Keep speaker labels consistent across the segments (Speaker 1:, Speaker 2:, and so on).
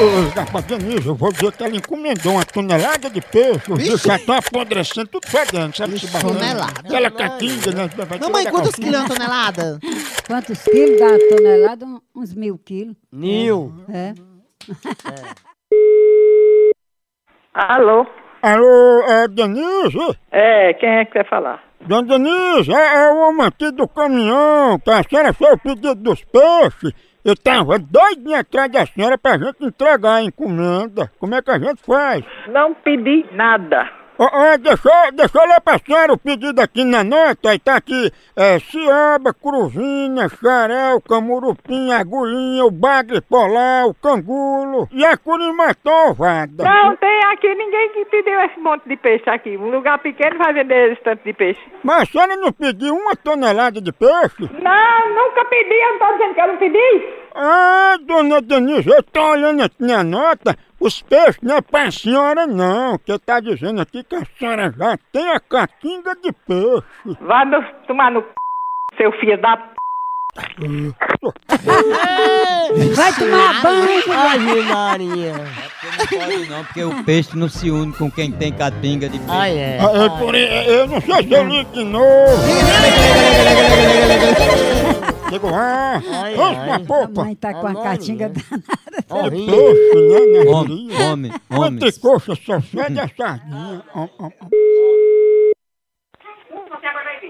Speaker 1: Ô, ô, Denise, eu vou dizer que ela encomendou uma tonelada de peixe, os bichos já estão apodrecendo, tudo fedendo, sabe? esse barulho?
Speaker 2: tonelada.
Speaker 1: Aquela caquinha, né? Vai
Speaker 2: Não, mãe,
Speaker 1: tirar da
Speaker 2: quantos
Speaker 1: calcinha.
Speaker 2: quilos é uma tonelada?
Speaker 3: Quantos quilos dá uma tonelada? Um- Uns mil quilos.
Speaker 4: Nil.
Speaker 3: É.
Speaker 5: Alô?
Speaker 1: Alô, é Denise?
Speaker 5: É, quem é que quer falar?
Speaker 1: Dona Denise, é, é o homem aqui do caminhão, tá? A senhora fez o pedido dos peixes. Eu tava doidinha atrás da senhora pra gente entregar a encomenda. Como é que a gente faz?
Speaker 5: Não pedi nada.
Speaker 1: Ó, ó, deixa, eu- deixa eu ler pra senhora o pedido aqui na nota, aí tá aqui, é, ciaba, cruvinha, xarel, camurupim, agulhinha, o bagre polar, o cangulo e a curimatão, vada.
Speaker 5: Não tem aqui ninguém que pediu esse monte de peixe aqui. Um lugar pequeno vai vender esse tanto de peixe.
Speaker 1: Mas a senhora não pediu uma tonelada de peixe?
Speaker 5: Não, nunca pedi. Eu não tô dizendo que eu não pedi.
Speaker 1: Ah, dona Denise, eu tô olhando aqui na nota, os peixes não é pra senhora não, que tá dizendo aqui que a senhora já tem a catinga de peixe.
Speaker 5: Vai no- tomar no c... seu filho da p...
Speaker 3: Vai tomar banho!
Speaker 4: Ai, Maria.
Speaker 6: Porque não pode não, porque o peixe não se une com quem tem catinga de peixe.
Speaker 4: Ai, é.
Speaker 1: Ah, eu, por- eu não sei se eu li de novo. Chegou ah, lá,
Speaker 4: Ai,
Speaker 1: vamos com a
Speaker 4: ai.
Speaker 3: A
Speaker 1: popa.
Speaker 3: mãe tá com a
Speaker 4: Olha.
Speaker 3: catinga danada.
Speaker 4: Horrível.
Speaker 1: Coxa, né,
Speaker 6: Homem,
Speaker 1: Maria?
Speaker 6: homem, homem.
Speaker 1: Anticoxa só fede a sardinha. Hum, Ó, ó,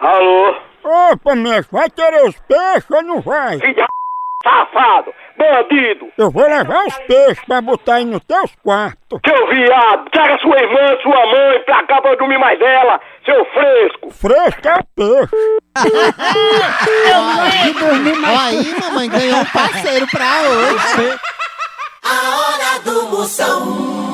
Speaker 7: Alô?
Speaker 1: ó. Opa, mestre, vai querer os peixes ou não vai?
Speaker 7: Filho da p... safado, bandido,
Speaker 1: Eu vou levar os peixes pra botar aí nos teus quartos.
Speaker 7: seu viado, traga sua irmã, sua mãe pra cá pra eu dormir mais dela, seu fresco.
Speaker 1: Fresco é o peixe.
Speaker 2: Ó aí, mamãe, ganhou um parceiro pra hoje.
Speaker 8: A hora do Moção.